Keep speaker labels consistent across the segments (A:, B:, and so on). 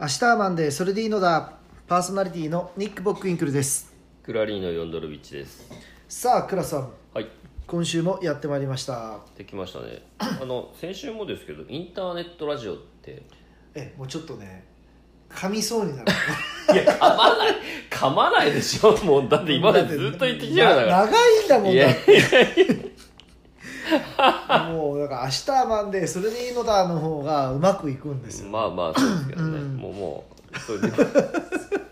A: 明日はマンデーそれでいいのだパーソナリティのニック・ボックインクルです
B: クラリーノ・ヨンドルビッチです
A: さあ倉さん
B: はい
A: 今週もやってまいりました
B: できましたねあの先週もですけどインターネットラジオって
A: えもうちょっとね噛みそうになる
B: いや噛まない噛ま ないでしょもうだって今までずっと言ってきてるんだか
A: な長いんだ
B: ら
A: も
B: い
A: ん
B: や
A: だ
B: いや
A: もうだから明日はマンデーそれでいいのだの方がうまくいくんですよ
B: まあまあそうですけどね、
A: うん
B: もうもうそれで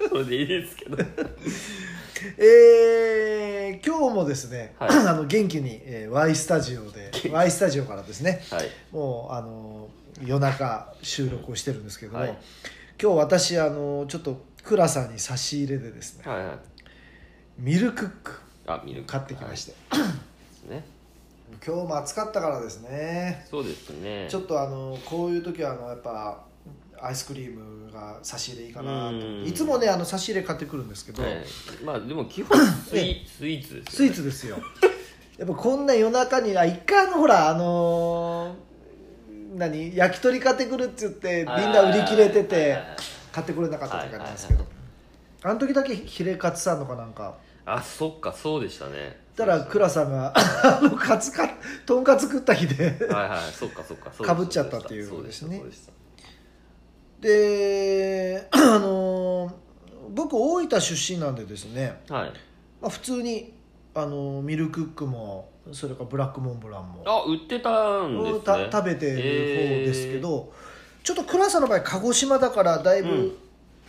B: それでいいですけど
A: えー、今日もですね、
B: は い
A: あの元気に、えー、Y スタジオで Y スタジオからですね
B: はい
A: もうあの夜中収録をしてるんですけども、
B: はい
A: 今日私あのちょっと倉さんに差し入れでですね
B: はいはい
A: ミルクック
B: あミルク
A: 買ってきまして、
B: ですね
A: 今日も暑かったからですね
B: そうですね
A: ちょっとあのこういう時はあのやっぱアイスクリームが差し入れいいかなと
B: うん
A: いつもねあの差し入れ買ってくるんですけど、
B: はいまあでも基本スイスイーツです
A: スイー
B: よ、ね、
A: ツですよ やっぱこんな夜中にあ一回あのほらあのー何焼き鳥買ってくるって言ってみんな売り切れてて
B: あー
A: 買ってこれなかった時ありますけど、
B: はい
A: あの時だけヒレカツさんのかなんか
B: あそっかそうでしたね
A: たら倉さんが あのカツかとんかつ食った日で
B: はいはいそっかそっかそうでした
A: かぶっちゃったっていう
B: そうでした
A: ことですね
B: そうでした
A: であのー僕大分出身なんでですね、
B: はい、
A: まあ、普通にあのーミルクックもそれからブラックモンブランも
B: あ売ってたんですね
A: た食べてる方ですけど、ちょっと倉さんの場合鹿児島だからだいぶ、
B: うん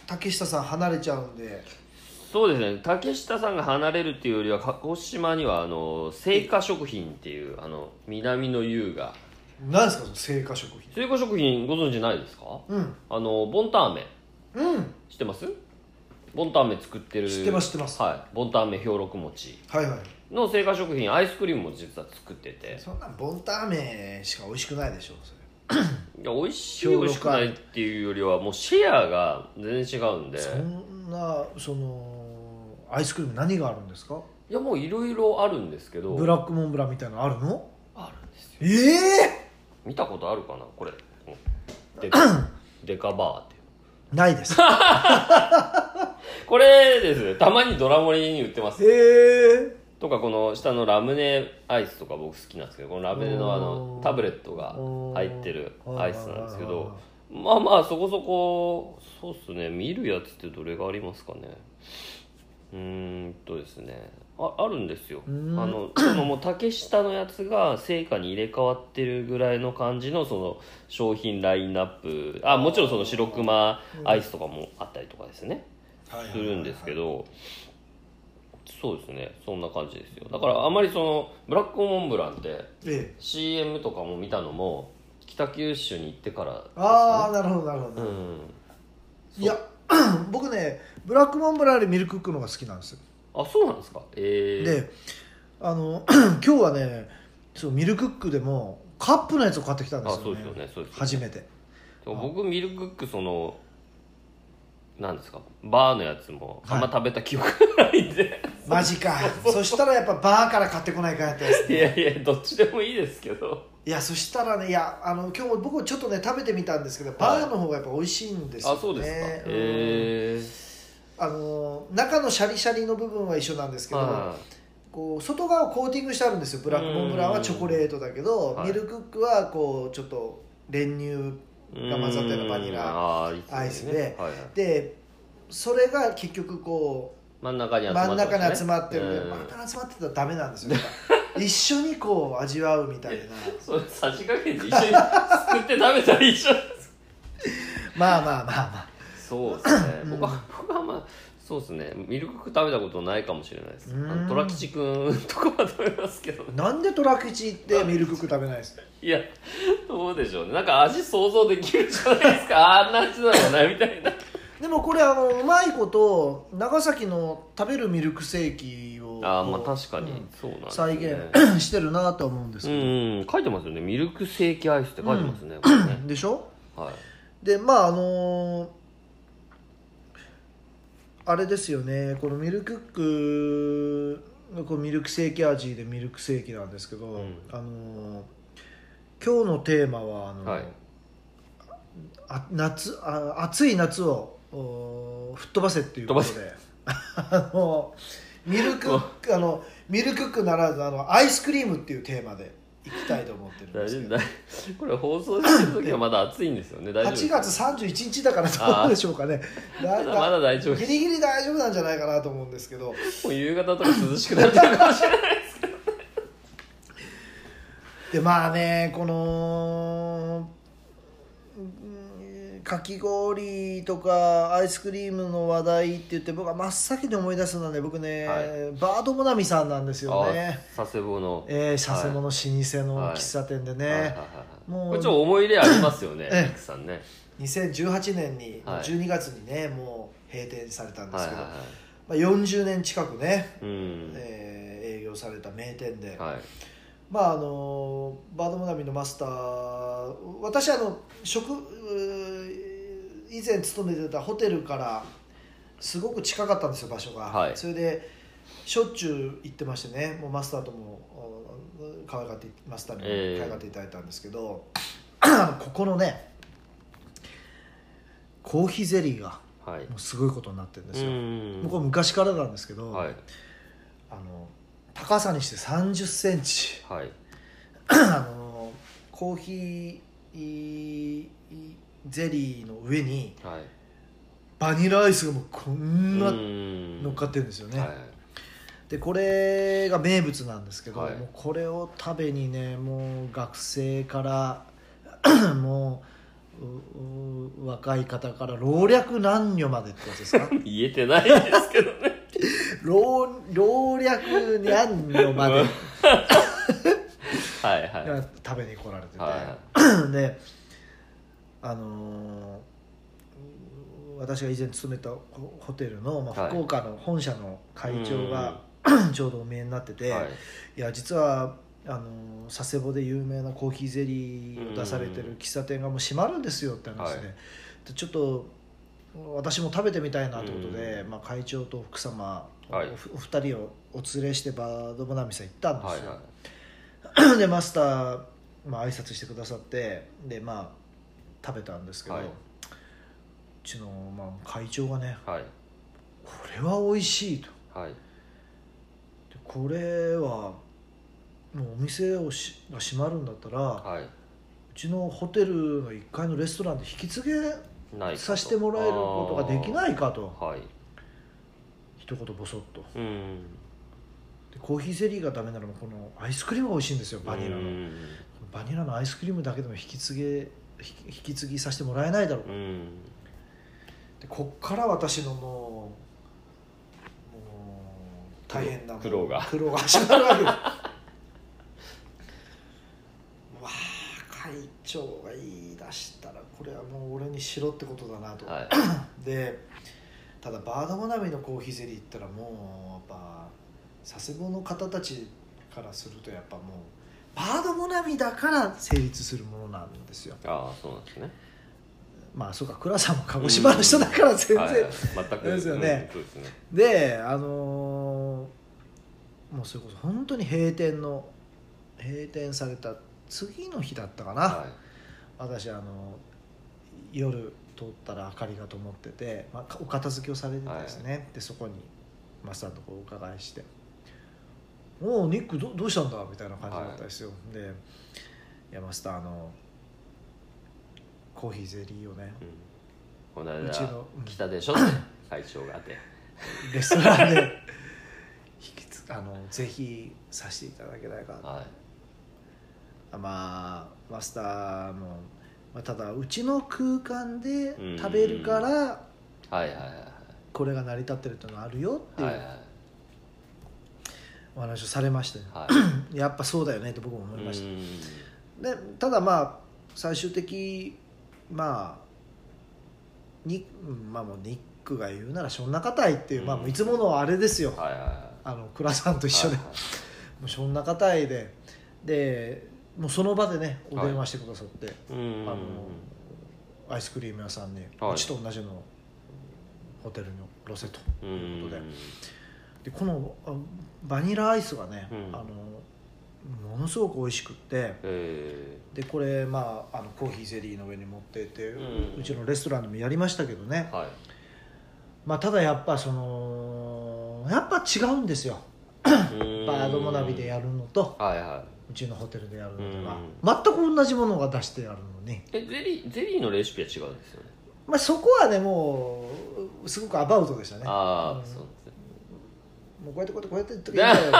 A: 竹下さん離れちゃうんで
B: そうですね竹下さんが離れるっていうよりは鹿児島にはあの製菓食品っていうあの南の優が
A: 何ですかその成果食品
B: 製菓食品ご存知ないですか
A: うん
B: あのボンターメン
A: うん
B: 知ってますボンターメン作ってる
A: 知ってます知ってます
B: はいボンターメン氷六餅
A: はいはい
B: の製菓食品アイスクリームも実は作ってて
A: そんなんボンターメンしか美味しくないでしょそ
B: いや美味しい
A: 氷六
B: 美味しくないっていうよりはもうシェアが全然違うんで
A: れ、そんなそのアイスクリーム何があるんですか
B: いやもういろいろあるんですけど
A: ブラックモンブランみたいなのあるの
B: あるんですよ
A: ええ
B: 見たことあるかなこれ デデカバーっていう
A: ないです
B: これですねたまにドラ盛りに売ってま す
A: ええ
B: とかこの下のラムネアイスとか僕好きなんですけどこのラムネのあ
A: お
B: の
A: ー
B: タブレットが入ってる
A: おー
B: アイスなんですけ
A: はいはいはい
B: どまあまあそこそこそうっすね見るやつってどれがありますかねうーんとですねああるんですよあ
A: うーん
B: のそのもう竹下のやつが成果に入れ替わってるぐらいの感じのその商品ラインナップあもちろんその白熊アイスとかもあったりとかですね
A: はいはいはい
B: するんですけどそうですねそんな感じですよだからあまりそのブラックモンブランって
A: ええ
B: CM とかも見たのも北九州に行ってからです
A: ああ
B: ね
A: なるほどなるほど、
B: うん
A: いや 僕ねブラックモンブランよりミルクックの方が好きなんですよ、
B: あそうなんですかええ
A: であの 今日はねそうミルクックでもカップのやつを買ってきたんで
B: あ
A: す
B: そう
A: よね
B: ですよねそうですよね
A: 初めて
B: でも僕ミルクックそのなんですかバーのやつもあんま食べた記憶がないんで、
A: マジかそしたらやっぱバーから買ってこないかんやったやつ
B: い、やいやどっちでもいいですけど
A: いやそしたらねいやあの今日も僕ちょっとね食べてみたんですけどバーの方がやっぱ美味しいんですよ
B: あ
A: ね
B: そうですか
A: うん
B: え
A: あの中のシャリシャリの部分は一緒なんです
B: え
A: けど、こう外側をコーティングしてあるんですよブラックモンブランはチョコレートだけど、
B: はい
A: ミルクックはこうちょっと練乳が混ざったようなバニラ
B: ラ
A: アイスで
B: はいはい
A: でそれが結局こ
B: 真ん中に
A: う
B: 集まって
A: 真ん
B: ますね
A: 中に集まってるんで
B: うん
A: 真ん中に集まってたらダメなんですよやっぱ一緒にこう味わうみたいな
B: それさじ加減で一緒に作って食べたら一緒
A: まあまあまあまあ
B: そうですね
A: うん
B: 僕は僕はまあそうですねミルクック食べたことないかもしれないですあ
A: うん
B: の虎吉くんとかは食べますけどね
A: なんで虎吉ってミルクック食べないですか
B: いやどうでしょうねなんか味想像できるじゃないですかあんな味なのなみたいな
A: でもこれあのうまいこと長崎の食べるミルクセーキを
B: あーまあ
A: こう
B: 確かに、
A: うん
B: そうなんです、
A: 再
B: ね、
A: 現してるなとは思うんです
B: う
A: けど、
B: んうん書いてますよねミルクセーキアイスって書いてますね、これね
A: でしょ
B: はい
A: でまああのーあれですよねこのミルクックのこうミルクセーキ味でミルクセーキなんですけど、
B: うん
A: あのー今日のテーマはあのー、
B: はい
A: あ夏あ暑い夏をお吹っ飛ばせっていうことで あのミルクあのミルクックならずあのアイスクリームっていうテーマでいきたいと思ってるんで
B: 大
A: すけ
B: 丈夫
A: ど
B: だこれ放送してる時はまだ暑いんですよね大丈夫
A: 8月31日だからどうでしょうかねだ
B: まだまだ大丈夫
A: ギリギリ大丈夫なんじゃないかなと思うんですけど
B: もう夕方とか涼しくなって るかもしれない
A: でまあねこのうんかき氷とかアイスクリームの話題って言って僕は真っ先に思い出すのはね僕ね、
B: はい
A: バードモナミさんなんですよね
B: あ佐世保の
A: えー、佐世保の老舗の
B: はい
A: 喫茶店でね、
B: はいはいはい
A: もう
B: これちょっと思い入れありますよね
A: ええ
B: ミクさんね
A: 2018年に
B: はい
A: 12月にね、もう閉店されたんで
B: はい
A: す
B: は
A: け
B: い
A: ど、
B: は
A: まあ、40年近くね、
B: いうん
A: えー営業された名店で、
B: はい
A: まああのバードモナミのマスター私あの職うー以前勤めてたホテルからすごく近かったんですよ場所が、
B: はい
A: それでしょっちゅう行ってましてねもうマスターともあの可愛がってマスターにも
B: ええ
A: 可愛がっていただいたんですけど、 ここのねコーヒーゼリーが
B: はい
A: もうすごいことになってるんですよ、
B: ん
A: もうこれ昔からなんですけど、
B: はい
A: あの高さにして3 0センチ
B: はい
A: あのコーヒーゼリーの上に
B: はい
A: バニラアイスがもうこんな乗
B: 乗
A: っかってるんですよね、
B: はい
A: でこれが名物なんですけど、
B: はい
A: もうこれを食べにねもう学生から もううう若い方から老若男女までってやつですか
B: 言えてないですけど ね
A: 老老若男女まで
B: はいはいはい
A: が食べに来られてて、
B: は
A: であのー私が以前勤めたホホテルの、まあ、
B: はい
A: 福岡の本社の会長が、 ちょうどお見えになってて、
B: はい
A: い、や実はあのー佐世保で有名なコーヒーゼリーを出されて
B: うん
A: る喫茶店がもう閉まるんですよって話で,、
B: はい
A: でちょっと私も食べてみたいなってことで、
B: う
A: まあ、会長と奥様、
B: はい
A: おふお二人をお連れしてバードボナミさん行ったんですよ、
B: はい は
A: でマスター、まあ挨拶してくださってでまあ食べたんですけど、
B: はいう
A: ちの、まあ、会長がね
B: いはい
A: 「これは美味しい」と
B: はい
A: 「でこれはもうお店をしが閉まるんだったら、
B: はいう
A: ちのホテルの1階のレストランで引き継げ
B: ないかと
A: させてもらえることができないかと」
B: あーはい
A: 一言ボソッと
B: うん
A: でコーヒーゼリーがダメならもうこのアイスクリームが美味しいんですよバニラ
B: う
A: の
B: ん
A: バニラのアイスクリームだけでも引き継げ引き引き継ぎさせてもらえないだろうか
B: うん
A: でこっから私のもうもう大変な
B: 苦労が
A: 苦労が始まるわ けですわあ会長が言い出したらこれはもう俺にしろってことだなと、
B: はい
A: でただバードモナミのコーヒーゼリーって言ったらもうやっぱ佐世保の方たちからするとやっぱもうバードモナミだから成立するものなんですよ
B: ああそうなんですね
A: まあそうか倉さんも鹿児島の人だから全然、
B: はいはい全く
A: ですよね
B: うんそうですね
A: であのーもうそれこそ本当に閉店の閉店された次の日だったかな、
B: は
A: 私あの夜通ったら明かりが灯ってて、まあ、お片付けをされてたんですね、でそこにマスターのとこお伺いして「おおニックどどうしたんだ?」みたいな感じだったんですよ、で「いやマスターあのコーヒーゼリーをね
B: いうんこの
A: うち
B: 間
A: のうん
B: 来たでしょって会長があって
A: レストランで 引きつあのぜひさせていただけないかな
B: は
A: あまあマスターも、まあ、ただうちの空間で食べるから
B: いはいはいはい
A: これが成り立ってるっていうのはあるよってい
B: はいはいう
A: お話をされまして、
B: はい
A: やっぱそうだよねって僕も思いました、
B: う
A: でただまあ最終的まあにまあもうニックが言うなら「しょんなかたい」っていう、まあもういつものあれですよ、
B: んはいはいは
A: あの倉さんと
B: い
A: 一緒で、
B: はいはい
A: もうそんな硬いででもうその場でねお電話してくださって、
B: うん
A: あのアイスクリーム屋さんに、
B: はいう
A: ちと同じのをホテルにおろせと
B: う
A: いうことで,、
B: ん
A: でこのあバニラアイスがね、
B: うん
A: あのものすごく美味しくって
B: え
A: でこれ、まあ、あのコーヒーゼリーの上に持ってって、
B: うん
A: うちのレストランでもやりましたけどね、
B: はい
A: まあ、ただやっぱそのやっぱ違うんですよバードモナビでやるのと
B: はいは
A: うちのホテルでやるのでは
B: う
A: 全
B: ん
A: く同じものが出してやるのに、
B: いえゼリーゼリーのレシピは違うんですよね
A: まあ、そこはねもうすごくアバウトでしたね
B: あ
A: うん
B: あそうですね
A: もうこうやってこうやってこうやって言っときゃいいんだよみた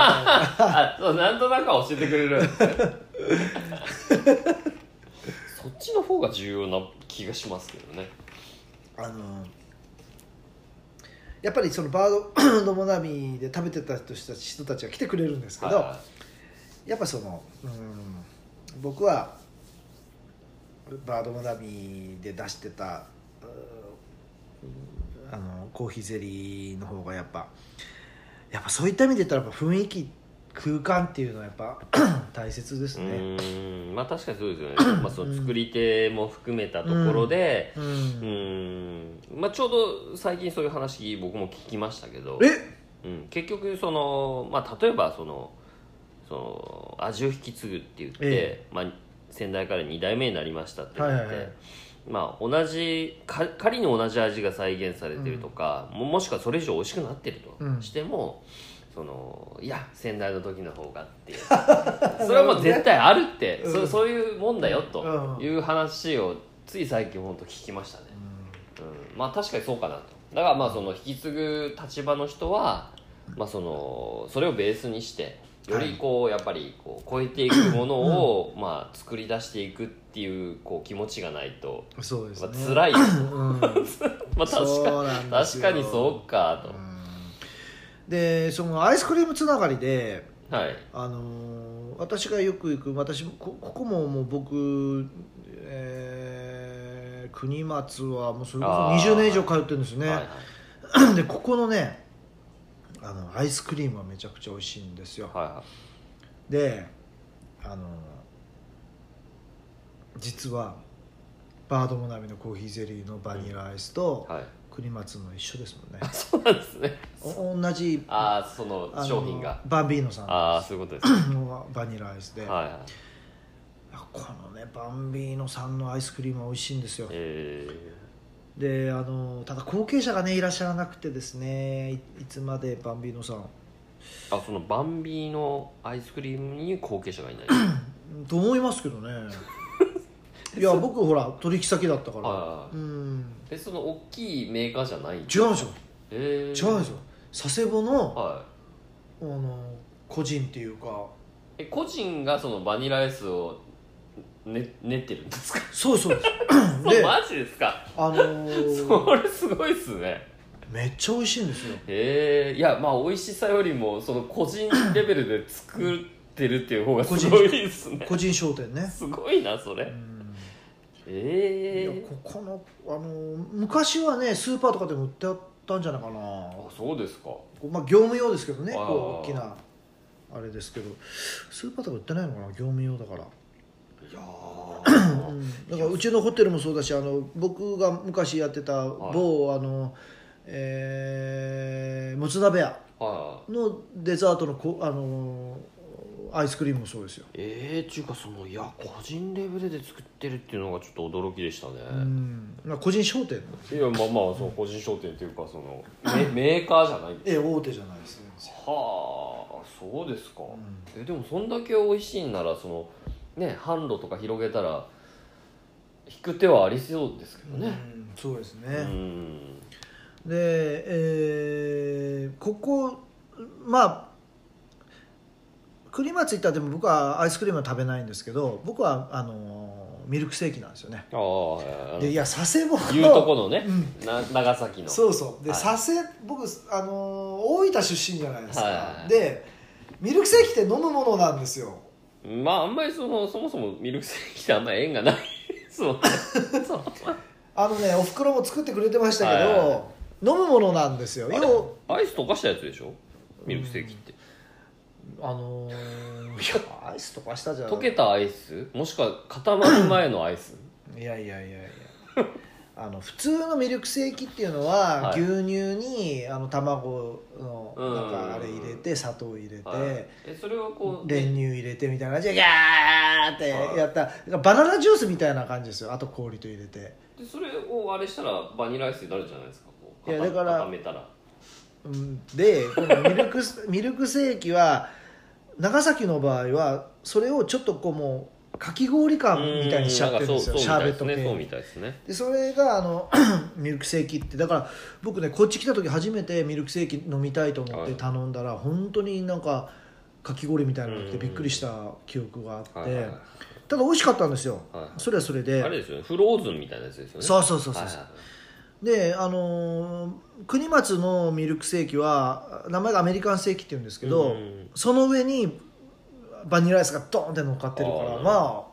A: いな
B: あそうなんとなくは教えてくれるんですねそっちの方が重要な気がしますけどね
A: あのやっぱりそのバード ドモナミで食べてた人たちは来てくれるんですけど、
B: は
A: やっぱそのうん僕はバードモナミで出してたうんあのコーヒーゼリーの方がやっぱやっぱそういった意味で言ったらやっぱ雰囲気空間っていうのはやっぱ 大切です
B: い、う
A: ね。
B: ーんまあ確かにそうですよね、 まあ、その作り手も含めたところで
A: うん
B: うーんまあちょうど最近そういう話僕も聞きましたけど
A: え
B: うん、結局その、まあ、例えばそのその味を引き継ぐって言って、
A: え
B: まあ、先代から2代目になりましたって言って、
A: はいはいはい
B: まあ、同じか仮に同じ味が再現されてるとか、ももしくはそれ以上美味しくなってる
A: うん
B: としても、そのいや先代の時の方がっていう それはもう絶対あるって、
A: うん
B: そそういうもんだよ
A: うん
B: という話をつい最近本当聞きましたね。うん、まあ確かにそうかなとだからまあその引き継ぐ立場の人は、まあ、そのそれをベースにしてよりこうやっぱりこう超えていくものをまあ作り出していくっていうこう気持ちがないと、
A: うんそうです
B: ま
A: ね
B: あ、。辛い
A: うん
B: まあ確か
A: そうなんです
B: 確
A: よ
B: かにそうかと、
A: うんでそのアイスクリームつながりで
B: はい
A: あのー私がよく行く私もこここももう僕、えー国松はもうそれこ
B: あー
A: そ20年以上通ってるんですね、
B: はいはい
A: でここのねあのアイスクリームはめちゃくちゃ美味しいんですよ、
B: は
A: であのー実はバードモナミのコーヒーゼリーのバニラアイスと
B: い はいはい
A: 国松の一緒ですもんね、
B: そうなんですね
A: お同じ
B: ああその
A: あの
B: 商品が
A: バンビーノさん
B: ああそういうことですね
A: のバニラアイスで、
B: はいはい
A: このねバンビーノさんのアイスクリームは美味しいんですよ
B: え
A: であのただ後継者がねいらっしゃらなくてですねいいつまでバンビーノさん
B: ー、あそのバンビのアイスクリームに後継者 がいない
A: うんと思いますけど ねいや僕ほら取引先だったか
B: はいはい
A: ら
B: はい
A: うん
B: えその大きいメーカーじゃない
A: 違うんですよ
B: え
A: 違うんですよ佐世保の
B: は
A: あの個人っていうか
B: いえ個人がそのバニラアイスをね練ってるんですか
A: そうそうです
B: そう
A: で
B: マジですか
A: あのー
B: それすごいっすね
A: めっちゃ美味しいんですよ
B: えー、いやまあ美味しさよりもその個人レベルで作ってるっていう方が
A: 個
B: す
A: 人
B: ごいっすね
A: 個人商店ね
B: すごいなそうれ
A: んいや
B: え
A: ここのあの昔はねスーパーとかでも売ってあったんじゃないかな
B: ー、あ
A: こ
B: そうですか
A: うまあ、業務用ですけどね
B: あー
A: こう大きなあれですけどスーパーとか売ってないのかな業務用だから、
B: いや
A: う
B: ー
A: ん、だからうちのホテルもそうだしあの僕が昔やってた某、あのえー、もつ鍋屋
B: は
A: のデザートのこあのアイスクリームもそうですよ、
B: いえー、っていうかそのいや個人レベルで作ってるっていうのがちょっと驚きでしたね、
A: うんまあ、個人商店
B: いやまあまあその個人商店というかそ のメメーカーじゃないんです
A: ええ大手じゃないですね
B: はあそうですか、
A: ん
B: えでもそんだけ美味しいんならそのね販路とか広げたら引く手はありそうですけどね
A: うん、そうですね、
B: うん
A: で、えーここまあ栗松行ったらでも僕はアイスクリームは食べないんですけど僕はあのーミルクセーキなんですよね
B: ああ
A: でいや佐世保の
B: 言うとこのね、
A: う
B: な長崎の
A: そうそうで、
B: はい
A: 佐世僕、あのー大分出身じゃないですか、
B: はい
A: でミルクセーキって飲むものなんですよ
B: まああんまりそのそもそもミルクセーキってあんまり縁がないで すもんねそう
A: あのねおふくろも作ってくれてましたけど、
B: はいはい
A: 飲むものなんですよ
B: あれ
A: 要
B: アイス溶かしたやつでしょミルクセーキって
A: あのーいやアイスとかしたじゃん
B: 溶けたアイスもしくは固まる前のアイス
A: いやいやいやいやあの普通のミルクセーキっていうのは、
B: はい
A: 牛乳にあの卵の
B: うん
A: なんかあれ入れて砂糖入れて、
B: はい、えそれはこう
A: 練乳入れてみたいな感じでギャーってやった、バナナジュースみたいな感じですよあと氷と入れて
B: でそれをあれしたらバニラアイスになるじゃないですかこう
A: いや
B: 固
A: だから
B: 固めたら
A: うんでこのミルク ミルクセーキは長崎の場合はそれをちょっとこうもうかき氷感みたいにしちゃってるんですよ、
B: う
A: シャーベット
B: そうみたいですね
A: 系
B: そうみたいで
A: で
B: すね
A: それがあの ミルクセーキってだから僕ねこっち来た時初めてミルクセーキ飲みたいと思っ
B: は
A: て
B: い
A: 頼んだら、本当になんかかき氷みたいなのがってびっくりした記憶があって、
B: はいはいはい
A: ただ美味しかったんですよ、
B: はいはい
A: それはそれで
B: あれですよねフローズンみたいなやつですよね
A: そうそうそうそう
B: はいはい
A: であのー国松のミルクセーキは名前がアメリカンセーキっていうんですけど、
B: うん
A: その上にバニラアイスがドーンって乗っかってるから
B: あー
A: まあ、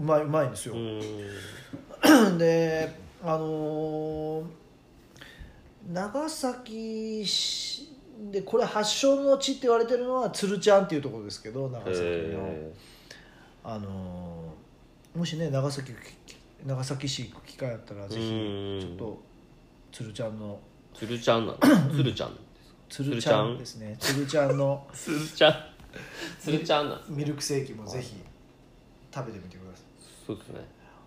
A: まあ、うまいうまいんですよ、
B: うー ん
A: であのー長崎市でこれ発祥の地って言われてるのは鶴ちゃんっていうところですけど長崎の、
B: へ
A: あのーもしね長崎長崎市行く機会あったら
B: ー
A: ぜひちょっと鶴ちゃんの
B: つるちゃんなのつるちゃん
A: 鶴ちゃんですね鶴ちゃんの
B: つるちゃんつるちゃんなんです
A: ミルクセーキもぜひ食べてみてください
B: そうですね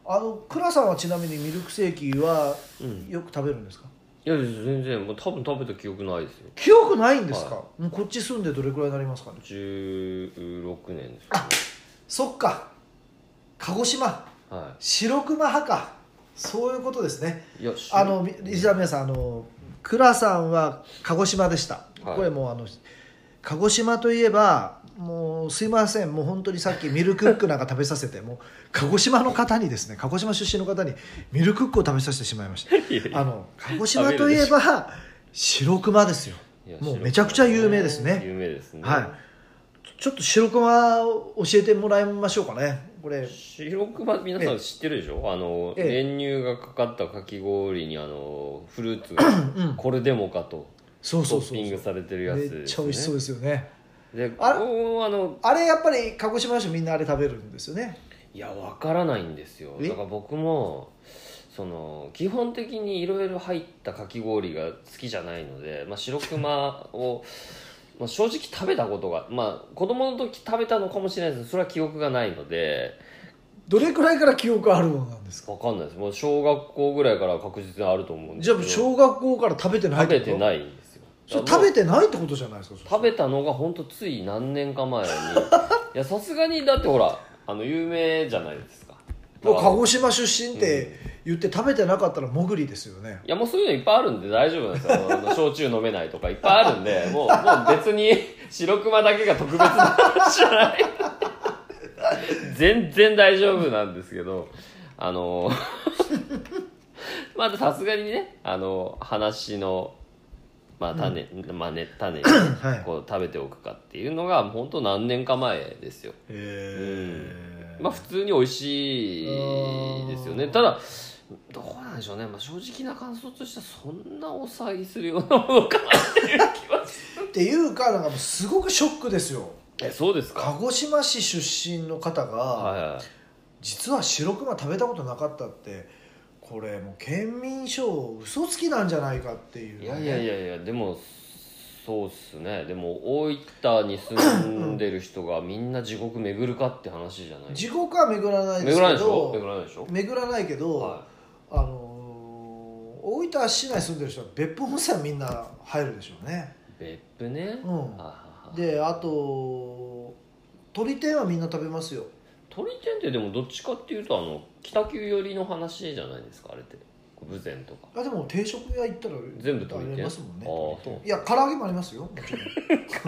A: あの倉さんはちなみにミルクセーキは
B: うん
A: よく食べるんですか
B: いや全然もう多分食べた記憶ないですよ
A: 記憶ないんですか、
B: は
A: もうこっち住んでどれくらいになりますかね
B: 16年です
A: あそっか鹿児島
B: は
A: 白熊派かそういうことですね
B: いいやし
A: あのみリスナーの皆さんあの倉さんは鹿児島でした、
B: はい
A: これもうあの鹿児島といえばもうすいませんもう本当にさっきミルクックなんか食べさせてもう鹿児島の方にですね鹿児島出身の方にミルクックを食べさせてしまいま した
B: いやいや
A: あの鹿児島といえば白熊ですよ
B: いや
A: もうめちゃくちゃ有名ですね
B: 有名ですね
A: はいちょっと白熊を教えてもらいましょうかねこれ
B: 白熊皆さん知ってるでしょ、あの
A: ええ
B: 練乳がかかったかき氷にあ のフルーツが
A: うん
B: これでもかと
A: そうそ
B: ト
A: うそ
B: ッピング
A: う
B: されてるやつ
A: め
B: です、ね、
A: っちゃ美味しそうですよね
B: で
A: あれ
B: こうあの
A: あれやっぱり鹿児島の人みんなあれ食べるんですよね
B: いやわからないんですよ
A: え
B: だから僕もその基本的にいろいろ入ったかき氷が好きじゃないので、まあ、白熊を、まあ、正直食べたことが、まあ、子供の時食べたのかもしれないですけどそれは記憶がないので
A: どれくらいから記憶あるものなんですか
B: わかんないですもう小学校ぐらいから確実にあると思うんで
A: じゃ
B: す
A: あ
B: けど
A: 小学校から食べてないっ
B: 食べ
A: て
B: て
A: い
B: ないんですよ
A: それ
B: だか
A: 食
B: ら
A: べてないってことじゃないですかそれ
B: 食べたのが本当つい何年か前にいやさすがにだってほらあの有名じゃないですか
A: もう鹿
B: だから
A: 児島出身って言って食べてなかったらもぐりですよね
B: いやもうそういうのいっぱいあるんで大丈夫なんですよあの焼酎飲めないとかいっぱいあるんでもうもう別に白熊だけが特別な話じゃない全然大丈夫なんですけどあの まあさすがにねあの話のまあ種、まあね種に
A: はい
B: こう食べておくかっていうのがもう本当何年か前ですよ
A: へ
B: まあ普通に美味しいですよね
A: うん
B: ただどうなんでしょうね、まあ、正直な感想としてはそんなお騒ぎするようなものかなっていう気はし
A: っていうかなんかもうすごくショックですよ
B: えそうです
A: 鹿
B: か
A: 児島市出身の方が、
B: はいはい
A: 実は白熊食べたことなかったってこれもう県民賞嘘つきなんじゃないかっていう、
B: いやいやいやいやでもそうっすねでも大分に住んでる人がみんな地獄巡るかって話じゃない
A: 地獄は巡らないです
B: 巡らない
A: け
B: でしょ
A: ど
B: 巡らないでしょ、
A: 巡らないけど、
B: は
A: あのー大分市内住んでる人は別府温泉みんな入るでしょうね
B: い、別府ね、
A: うん
B: はいはいはい
A: であと鳥天はみんな食べますよ
B: 鳥天ってでもどっちかっていうとあの北九寄りの話じゃないですかあれって豊前とか
A: あでも定食屋行ったら
B: 全部鳥天
A: ありますもんね
B: あー
A: 鳥天
B: そう
A: いや唐揚げもありますよもちろん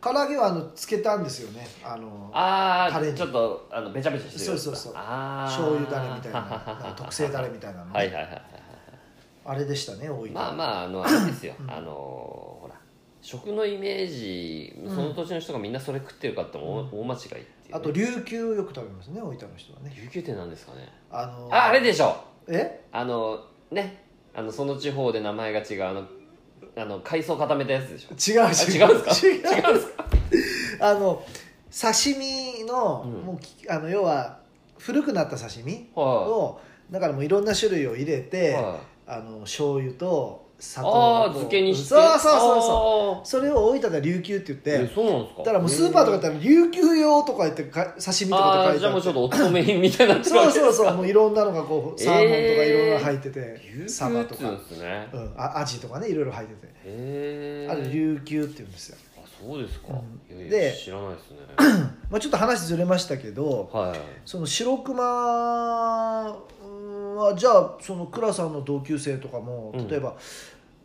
A: 唐揚げはあのつけたんですよねあの
B: あ
A: タレ
B: あ
A: に
B: ちょっとあのべちゃべちゃしてるやつだ
A: そうそうそう
B: あー
A: 醤油だれみたいななんか特製だれみたいなの、
B: はいはいはいはい
A: あれでしたね大分
B: まあまああのあれですよあのーほら食のイメージその土地の人がみんなそれ食ってるかっても大大間違いっていうね、
A: あと琉球をよく食べますね大分の人はね
B: 琉球って何ですかね
A: あの
B: ああれでしょ
A: え
B: あのねあのその地方で名前が違うあのあの海藻固めたやつでしょ
A: 違う違う
B: 違うんですか
A: 違うあの刺身の、
B: うん
A: もうきあの要は古くなった刺身
B: はい
A: をだからもういろんな種類を入れて、
B: は
A: あの醤油と
B: い、
A: 砂糖
B: ああ
A: と
B: 漬けにして
A: そうそうそうそう
B: そう
A: それを大分では琉球って言っ
B: え
A: て
B: そうなんですか
A: だからもうスーパーとかだったら琉球用とか言ってか刺身とかっ
B: ああ
A: て書い
B: じ
A: て
B: ゃあ
A: あ
B: もう
A: っ
B: ち
A: て
B: ょっとおつとめ品みたいになっちゃ
A: そううそうそうもういろんなのがこうサーモンとか
B: えー
A: いろいろ入ってて、
B: 琉球
A: サバと
B: っつうん
A: か、
B: ですね
A: うん、あアジとかねいろいろ入ってて、
B: へえ
A: あれ琉球って言うんですよ、
B: あそうですか、
A: うん
B: いやいや
A: で
B: 知らない ですね
A: まあ、ちょっと話ずれましたけど
B: はい
A: その白熊はじゃあその倉さんの同級生とかも
B: うん
A: 例えば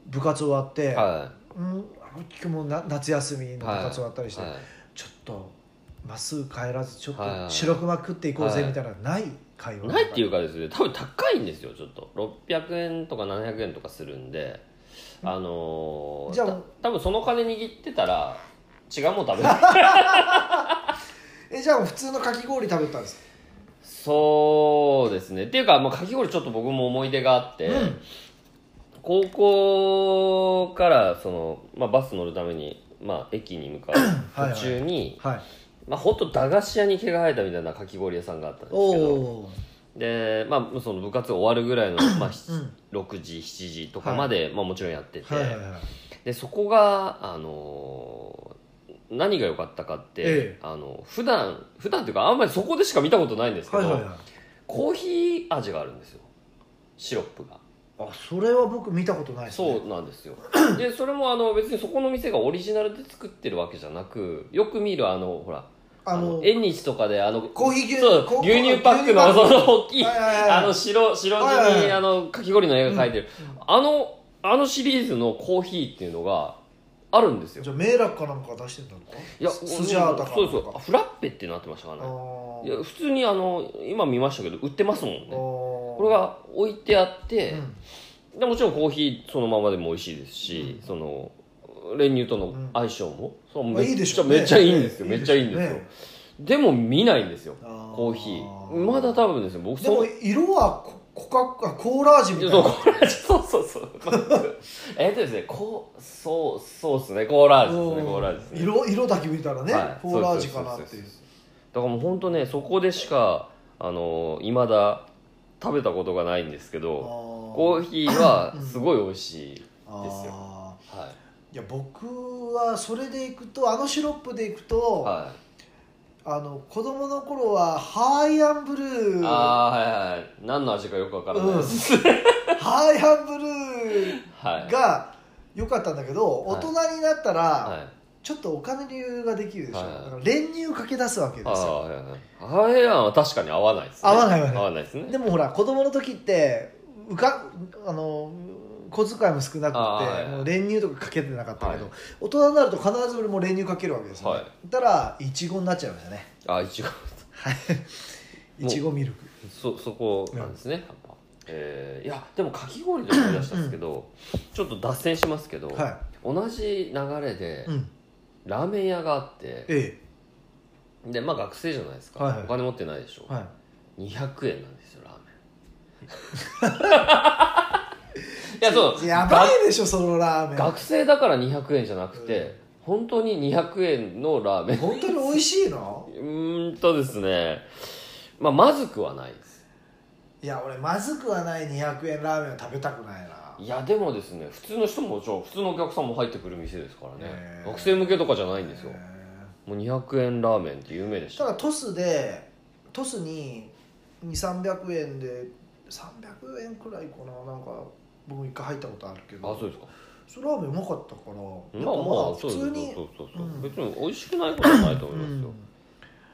A: 部活終わって、
B: は
A: うん、青木君もな夏休みの
B: い
A: 部
B: はい
A: 活終わったりして、
B: はい
A: ちょっとまっすぐ帰らずちょっと
B: はい
A: 白熊食っていこうぜ
B: はい
A: みたいなない会話
B: ないっていうかですね多分高いんですよちょっと600円とか700円とかするんであのー、
A: じゃあ
B: た多分その金握ってたら違うもん食べる
A: えじゃあ普通のかき氷食べたんですか
B: そうですねっていうか、まあ、かき氷ちょっと僕も思い出があって、
A: うん
B: 高校からその、まあ、バス乗るために、まあ、駅に向か
A: はいは
B: う
A: い
B: 途中に
A: はい
B: まあ、本当駄菓子屋に毛が生えたみたいなかき氷屋さんがあったんです
A: お
B: けど
A: お
B: で、まあ、その部活終わるぐらいの、まあ、
A: ー、うん、
B: 6時7時とかまで、まあ、もちろんやってて、
A: はいはいはい
B: でそこが、あのー何が良かったかって、
A: ええ
B: あの普段普段っていうかあんまりそこでしか見たことないんですけ
A: は
B: ど、
A: いはいはい
B: コーヒー味があるんですよシロップが
A: あそれは僕見たことないです、ね、
B: そうなんですよでそれもあの別にそこの店がオリジナルで作ってるわけじゃなくよく見るあのほら
A: あの
B: 縁日とかであの
A: コーヒー牛
B: そう
A: コー
B: 牛乳パックの
A: 牛乳パッ
B: そ
A: ク
B: の大きい
A: はいはいはい
B: あの白白
A: はいはい
B: 地
A: はい
B: にあのかき氷の絵が描いてる
A: うんうん
B: あのあのシリーズのコーヒーっていうのがあるんですよ
A: じゃあ迷惑かなんか出してたのか
B: いや
A: スジャータか
B: そう
A: なん
B: そ
A: か
B: うあフラッペってなってましたか
A: あ
B: らね
A: ー
B: いや普通にあの今見ましたけど売ってますもんね
A: あー
B: これが置いてあって
A: うん
B: でもちろんコーヒーそのままでも美味しいですし
A: うん
B: その練乳との相性もそう
A: まあ
B: め
A: いい
B: っ
A: でし
B: ち
A: ょ
B: ゃ
A: うね
B: めっちゃいいんですよ
A: ね
B: めっちゃいいんですよ
A: ね
B: でも見ないんですよ
A: あ
B: コーヒー
A: ー
B: まだ多分ですよ僕
A: で
B: その
A: も色はココカあコーラ味みたい
B: そう
A: な
B: コーラ味そうそうそうえっとですねこうそうそうですねコーラ味ですねコーラ味ですね
A: 色色だけ見たらね、
B: はい
A: コーラ味かなって
B: そ
A: いうう
B: そうそうそうだからもう本当ねそこでしかあのいまだ食べたことがないんですけどコー
A: ヒ
B: ヒーはすごい美味しい、
A: ー
B: です
A: よ
B: よはい
A: や僕はそれでいくとあのシロップでいくと、
B: い、は
A: あの子供の頃はハワイアンブル
B: い、
A: ー
B: ああーはいはい何の味かよくわからないです、
A: ハワイアンブル
B: は い
A: ーが良かったんだけど、
B: はい
A: 大人になったら、
B: はい
A: ちょっとお金の余裕ができるでしょ、
B: はいはい
A: だから練乳かけ出すわけです
B: ああ
A: よ
B: はいはいハワイアンは確かに合わないですね
A: 合わない合わない
B: 合わないですね
A: でもほら子供の時ってうかあの小遣いも少なく
B: あーはい
A: て
B: はい
A: もう練乳とかかけてなかったけど、
B: は
A: 大人になると必ず俺も練乳かけるわけですよ、ね
B: はい
A: たらいちごになっちゃいましたね
B: あいちご
A: はいいちごミルク
B: そそこなんですね、やっぱえーいやでもかき氷で思い出したんですけど、ちょっと脱線しますけど、
A: は
B: 同じ流れ
A: い、
B: で
A: うん、
B: ラーメン屋があって
A: え
B: でまあ学生じゃないですか、
A: はいはい
B: お金持ってないでしょ、
A: えはい
B: 200円なんですよラーメ ンいやそう
A: やばいでしょそのラーメン
B: 学生だから200円じゃなくて、
A: うん
B: 本当に200円のラーメン
A: 本当に美味しいの
B: うーんとですね、まあ、まずくはないです
A: いや俺まずくはない200円ラーメンは食べたくないない
B: やでもですね普通の人ももちろん普通のお客さんも入ってくる店ですから
A: へ
B: ね
A: ー
B: 学生向けとかじゃないんですよ
A: へ
B: もう200円ラーメンって有名で
A: え
B: したた
A: だトスでトスに2300円で300円くらいかななんか僕一回入ったことあるけど
B: あそうですか
A: それラーメンうまかったからやっ
B: まあ
A: ぱ
B: まあ
A: 普
B: そう
A: 通
B: です
A: に
B: そうそうそう、
A: うん
B: 別に美味しくないことはないと思
A: う
B: いますよ
A: ん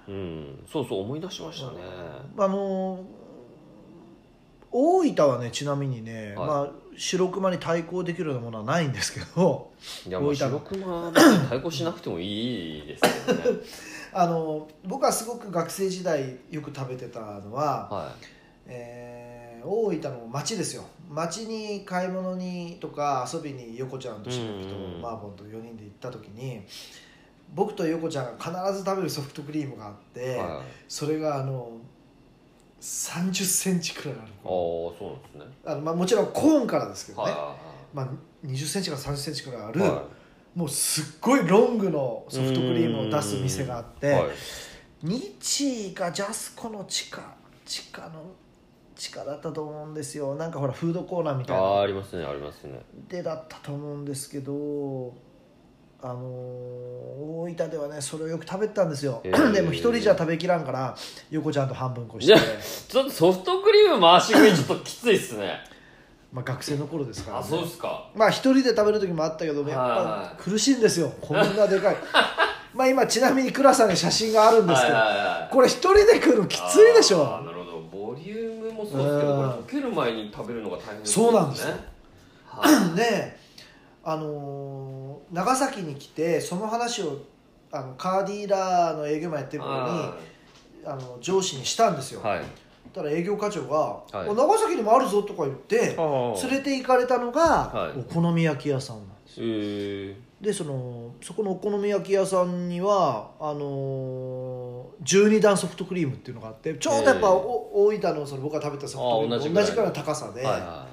B: うん、そうそう思い出しましたね、
A: あのー大分はねちなみにね、
B: はい
A: まあ、白熊に対抗できるようなものはないんですけど
B: いやもう
A: 大分
B: 白熊なんて対抗しなくてもいいですよ ね
A: あのー僕はすごく学生時代よく食べてたのは、
B: は
A: えー大分の町ですよ町に買い物にとか遊びに横ちゃんとしのきと
B: うんうん
A: マーボンと4人で行った時に僕と横ちゃんが必ず食べるソフトクリームがあっ
B: い、
A: て、
B: はい、ああ
A: それがあの3 0ンチくらいある
B: そうなんですね
A: あの、まあ、もちろんコーンからですけど
B: はい
A: ね、
B: は
A: まあ、2 0ンチから3 0ンチくらいあ
B: い
A: る、
B: はい
A: もうすっごいロングのソフトクリームを出す店があって、
B: はいはい
A: 日がジャスコの地下地下のちかだったと思うんですよなんかほらフードコーナーみ
B: あ
A: たい
B: あーあ
A: な
B: りますねありますね
A: でだったと思うんですけどあのー大分ではねそれをよく食べてたんですよ、
B: へ ー
A: でも一人じゃ食べきらんから横ちゃんと半分こして
B: いやちょっとソフトクリーム回し食いちょっときついっすね
A: まあ学生の頃ですから、ね、
B: あそうっすか
A: まあ一人で食べる時もあったけどやっぱ
B: はい
A: 苦しいんですよこんなでかい まあ今ちなみに倉さんに写真があるんです
B: はい
A: け
B: はい
A: ど
B: はい
A: これ一人で食うのきついでし
B: あー
A: ょ
B: なるほどボリュームもそうですけどこ
A: う
B: れ
A: ん
B: 溶ける前に食べるのが大変ね
A: そうなんですよ
B: はい
A: ねえあのー長崎に来てその話をあのカーディーラーの営業マンやってる頃に
B: あ
A: あの上司にしたんですよ、
B: ーはい
A: たら営業課長が、
B: はい
A: お長崎にもあるぞ」とか言って連れて行かれたのが、
B: はい
A: お好み焼き屋さんなんです
B: えー
A: でそのそこのお好み焼き屋さんにはあのー12段ソフトクリームっていうのがあってちょうどやっぱ、
B: ええ
A: お大分のその僕が食べたソフトクリーム
B: あ同じ
A: と
B: ぐら
A: 同
B: い
A: じくらいの高さで、
B: はいは
A: あ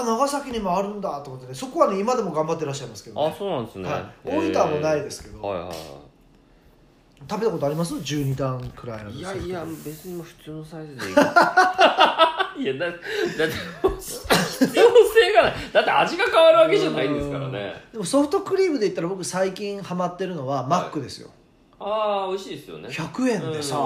A: あ長崎にもあるんだと思ってねそこはね今でも頑張ってらっしゃいますけど、
B: いあ
A: ね
B: そうなんですね
A: はい、大分はもうないですけど、
B: えーはいはいはい
A: 食べたことあります12段くらいの
B: い
A: ソ
B: や
A: フトク
B: い
A: リー
B: や
A: ム
B: 別にもう普通のサイ ズでいいいやだだって必要性がないだって味が変わるわけじゃないんですからね
A: でもソフトクリームで言ったら僕最近ハマってるのはマックですよ、
B: ああ美味しいですよね
A: 100円でさ、
B: うん美味しいですよ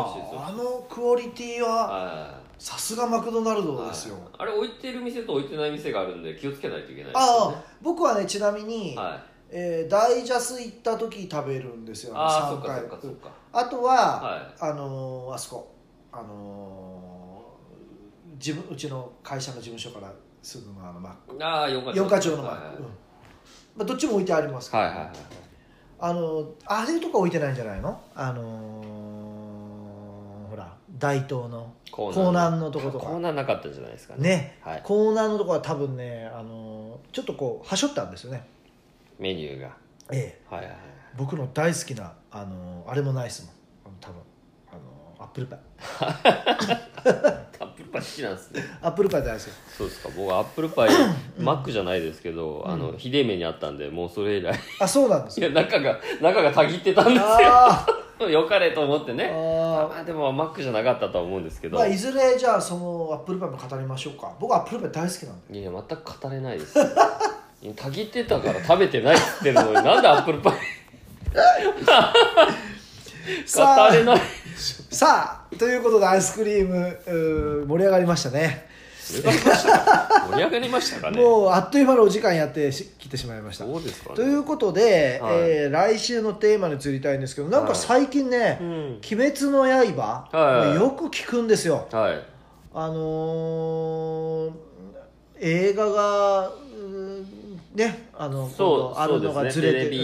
A: あのクオリティは
B: は
A: さすがマクドナル
B: い
A: ドですよ、
B: あれ置いてる店と置いてない店があるんで気をつけないといけないですよね
A: ああ僕はねちなみに、
B: はい
A: えーダイジャス行った時食べるんですよね
B: ああそ
A: 3
B: っか
A: 回
B: そっかそっか
A: あとは、
B: は
A: あのーあそこあのー自分うちの会社の事務所からすぐのあのマッ
B: いああ4
A: ク
B: 課
A: 四課長のマ
B: はい
A: ック、うんまあ、どっちも置いてありますけど、
B: はいはいはい
A: あのーあれとか置いてないんじゃないのあのーほら大東の
B: コ
A: 江南のとことか
B: コーナーなかったんじゃないですかね
A: ね
B: はい
A: コーナーのとこは多分ね、あのーちょっとこうはしょったんですよね
B: メニューが
A: ええ
B: はいはいはい
A: 僕の大好きなあのあれもないですもんあの多分あのアップルパイ
B: アップルパイ好きなんですね
A: アップルパイ大好き
B: そうですか僕アップルパイマックじゃないですけど、あのひでえ目にあったんでもうそれ以来
A: あそうなんで
B: い
A: すよ
B: や中が中がたぎってたんで
A: あー
B: すよよかれと思ってね
A: あ
B: まあでもマックじゃなかったとは思うんですけ
A: ー
B: ど、
A: まあいずれじゃあそのアップルパイも語りましょうか僕アップルパイ大好きなんで
B: いや全く語れないですいやたぎってたから食べてないって言ってるのになんでアップルパイ
A: さあ
B: 語れない
A: さあということでアイスクリームうー盛り上がりましたね
B: 盛り上がりましたか盛り上がりましたかね
A: もうあっという間のお時間やってし来てしまいました
B: そうですかね
A: ということで、
B: はい
A: えー来週のテーマに移りたいんですけどなんか最近ね「
B: うん
A: 鬼滅の刃」
B: はい
A: よく聞くんですよ、
B: はい
A: あのー映画がうーんねあの
B: そ
A: 今度あ
B: うそ
A: る
B: うで
A: の
B: す
A: が
B: ね
A: ず
B: テ
A: れ
B: レ
A: てえ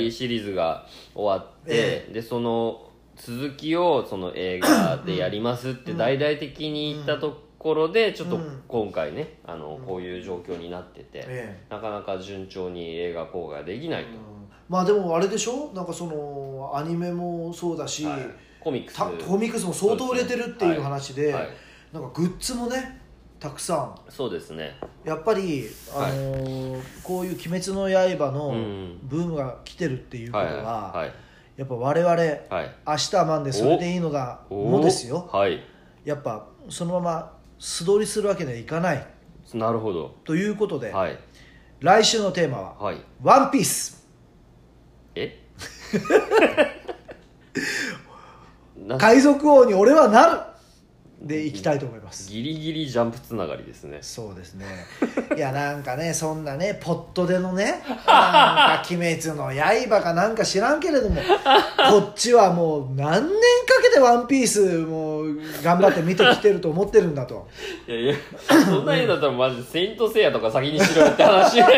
A: え
B: ビシリーズが終わって
A: え、
B: でその続きをその映画でやりますって大々的に言ったところでちょっと
A: うん
B: 今回ねあのこういう状況になって
A: うん
B: て
A: ええ
B: なかなか順調に映画公開できない
A: うんまあでもあれでしょなんかそのアニメもそうだし、
B: と、はいコミックス
A: たコミックスも相当売れてるっていう話で
B: はい
A: なんかグッズもねたくさ
B: そうですね
A: んやっぱり、あのーこういう「鬼滅の刃」
B: う
A: の
B: ん
A: ブームが来てるっていうこと
B: は
A: は、
B: いはい
A: やっぱ我々
B: はい
A: 明日マンでそれでいいのだ
B: お
A: もですよ
B: はい
A: やっぱそのまま素通りするわけにはいかない
B: なるほど
A: ということで、
B: はい
A: 来週のテーマは
B: はい
A: 「ワンピース
B: え な
A: 海賊王に俺はなる!」でいきたいと思います、
B: ギリギリジャンプつながりですね
A: そうですね いやなんかねそんなねポットでのねなんか「鬼滅の刃」かなんか知らんけれど もこっちはもう何年かけて「ワンピースもう頑張って見てきてると思ってるんだと
B: いやいやそんなん言うんだったらマジで「セイント・セイヤ」とか先にしろよって話になり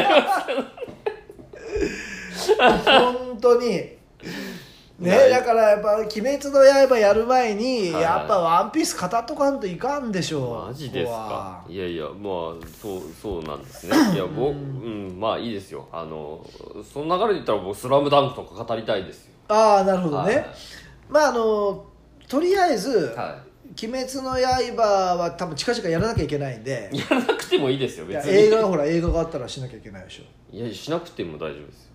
B: ます
A: 本当 に
B: な
A: ね
B: い
A: だからやっぱ「鬼滅の刃」やる前に、
B: はい
A: やっぱ「ワンピース語っとかんといかんでしょう
B: マジです
A: ここは
B: かいやいやまあそうそうなんですね いや僕、うん、まあいいですよあのその流れで言ったら僕「スラムダンクとか語りたいですよ
A: ああなるほどね、
B: はい
A: まああのとりあえず「
B: は
A: 鬼滅の刃」は多分近々やらなきゃいけないんで
B: いやらなくてもいいですよ
A: い
B: 別
A: や
B: に
A: 映画はほら映画があったらしなきゃいけないでしょ
B: いやしなくても大丈夫ですよ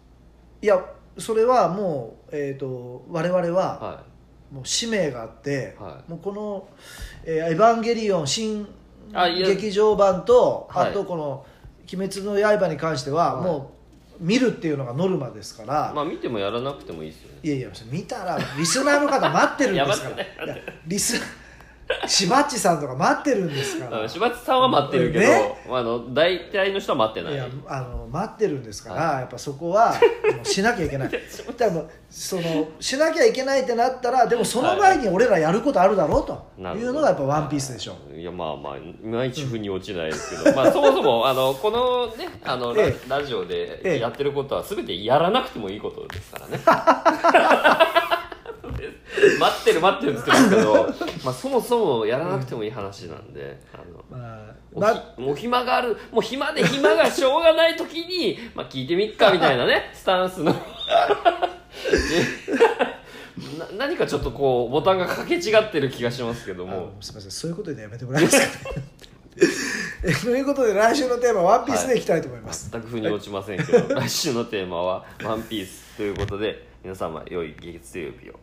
A: いやそれはもう、えー、と我々は
B: は
A: もう使命があって、
B: は
A: もうこの、えーエヴァンゲリオン」新
B: あいや
A: 劇場版とあ
B: はい
A: とこの「鬼滅の刃」に関しては、
B: はい
A: もう見るっていうのがノルマですから、
B: まあ見てもやらなくてもいいですよね
A: いやいや見たらリスナーの方待ってるんですか
B: いや待って
A: らいやリスしばっちさんとか待ってるんですか
B: あの
A: ら
B: 柴田さんは待ってるけど、
A: ね
B: まあ、あの大体の人は待ってない
A: い
B: い
A: やあの待ってるんですから、
B: は
A: やっぱそこはもうしなきゃいけない 多分そのしなきゃいけないってなったらでもその前に俺らやることあるだろう
B: な
A: と
B: る
A: い
B: ほど
A: うのがやっぱ「ワンピースでしょ
B: いやまあまあいまいち腑に落ちないで すけど、まあそもそもあのこのねあのラ,、
A: え
B: ラジオ
A: え
B: で
A: え
B: やってることは全てやらなくてもいいことですからね待ってる待ってるって言ってますけど、まあ、そもそもやらなくてもいい話なんで、あの
A: まあ
B: お
A: ま
B: ひもう暇があるもう暇で暇がしょうがない時にまあ聞いてみっかみたい なねスタンスの ねな何かちょっとこうボタンがかけ違ってる気がしますけど
A: あ
B: も
A: のすみませんそういうことでやめてもらえますか、 ね、 えということで来週のテーマ「ワンピースでいきたいと思います、
B: 全く腑に落 ちませんけど来週のテーマは「ワンピースということで皆様良い月曜日を。